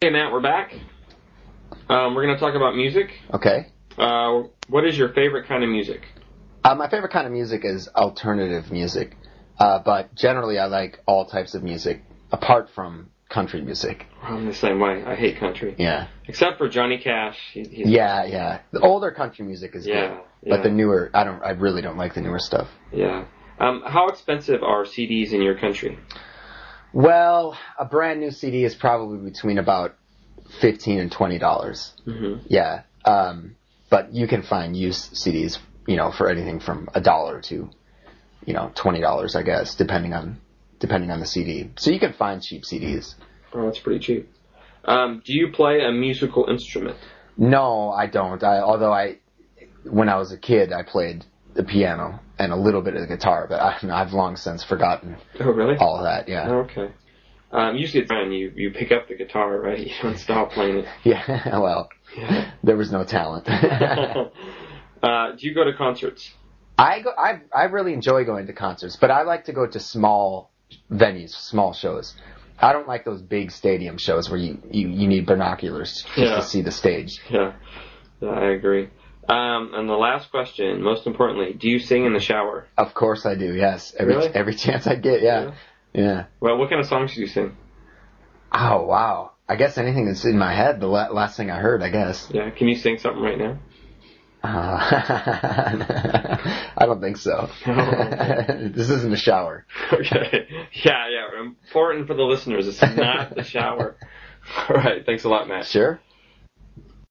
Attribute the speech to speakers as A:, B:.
A: Hey Matt, we're back. Um, we're going to talk about music.
B: Okay.
A: Uh, what is your favorite kind of music?
B: Uh, my favorite kind of music is alternative music, uh, but generally I like all types of music apart from country music.
A: I'm the same way. I hate country,
B: Yeah.
A: except for Johnny Cash. He, he's,
B: Yeah, yeah. The older country music is
A: yeah,
B: good,
A: yeah,
B: but the newer I don't. I really don't like the newer stuff.
A: yeah. Um, how expensive are CDs in your country?
B: Well, a brand new CD is probably between about fifteen and twenty dollars.
A: Mm-hmm.
B: Yeah. Um, but you can find used CDs, you know, for anything from a dollar to, you know, twenty dollars, I guess, depending on depending on the CD. So you can find cheap CDs.
A: Oh, that's pretty cheap. Um, do you play a musical instrument?
B: No, I don't. I although I, when I was a kid, I played the piano and a little bit of the guitar, but I, I've long since forgotten
A: Oh, really?
B: all that. Yeah.
A: Okay. Um, usually it's when you you pick up the guitar, right? You don't stop playing it.
B: Yeah. Well,
A: Yeah.
B: there was no talent.
A: uh, do you go to concerts?
B: I go. I I really enjoy going to concerts, but I like to go to small venues, small shows. I don't like those big stadium shows where you you, you need binoculars just
A: Yeah.
B: to see the stage.
A: Yeah, yeah I agree. Um, and the last question, most importantly, do you sing in the shower?
B: Of course I do. Yes. Every
A: Really?
B: every chance I get. Yeah. Yeah.
A: Well, what kind of songs do you sing?
B: Oh wow. I guess anything that's in my head. The la- last thing I heard. I guess.
A: Yeah, can you sing something right now?
B: Uh, I don't think so. this isn't a shower.
A: Okay. Yeah, yeah. Important for the listeners. It's not the shower. All right. Thanks a lot, Matt.
B: Sure.